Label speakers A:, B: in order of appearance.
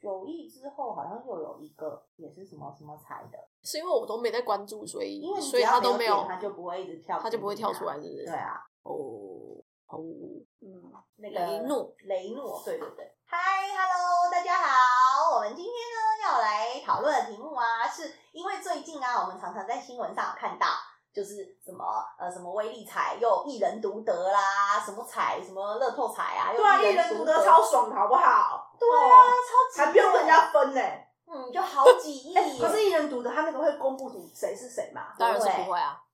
A: 九亿之后好像又有一个也是什么什么彩的，
B: 是因为我都没在关注，所以
A: 因为你
B: 所以
A: 只要
B: 他都
A: 没
B: 没
A: 有点它就不会一直跳
B: 他就不会
A: 出来
B: 跳出来，是不是？
A: 对啊，
B: 哦哦，
A: 嗯，那个
B: 雷诺，
A: 雷诺，对对对。嗨，Hello，大家好，我们今天呢要来讨论的题目啊，是因为最近啊，我们常常在新闻上有看到，就是什么呃什么威力彩又一人独得啦，什么彩什么乐透彩啊，又
C: 对啊，
A: 一
C: 一
A: 人
C: 人
A: 独
C: 独
A: 得
C: 得超爽的好不好？
A: 对啊，
C: 哦
A: 超级
C: 还不用跟人哎家分欸嘞、
A: 嗯，就好几亿耶，
C: 可是一人独得，他那个会公布你谁是谁嘛？
B: 当然是不会啊，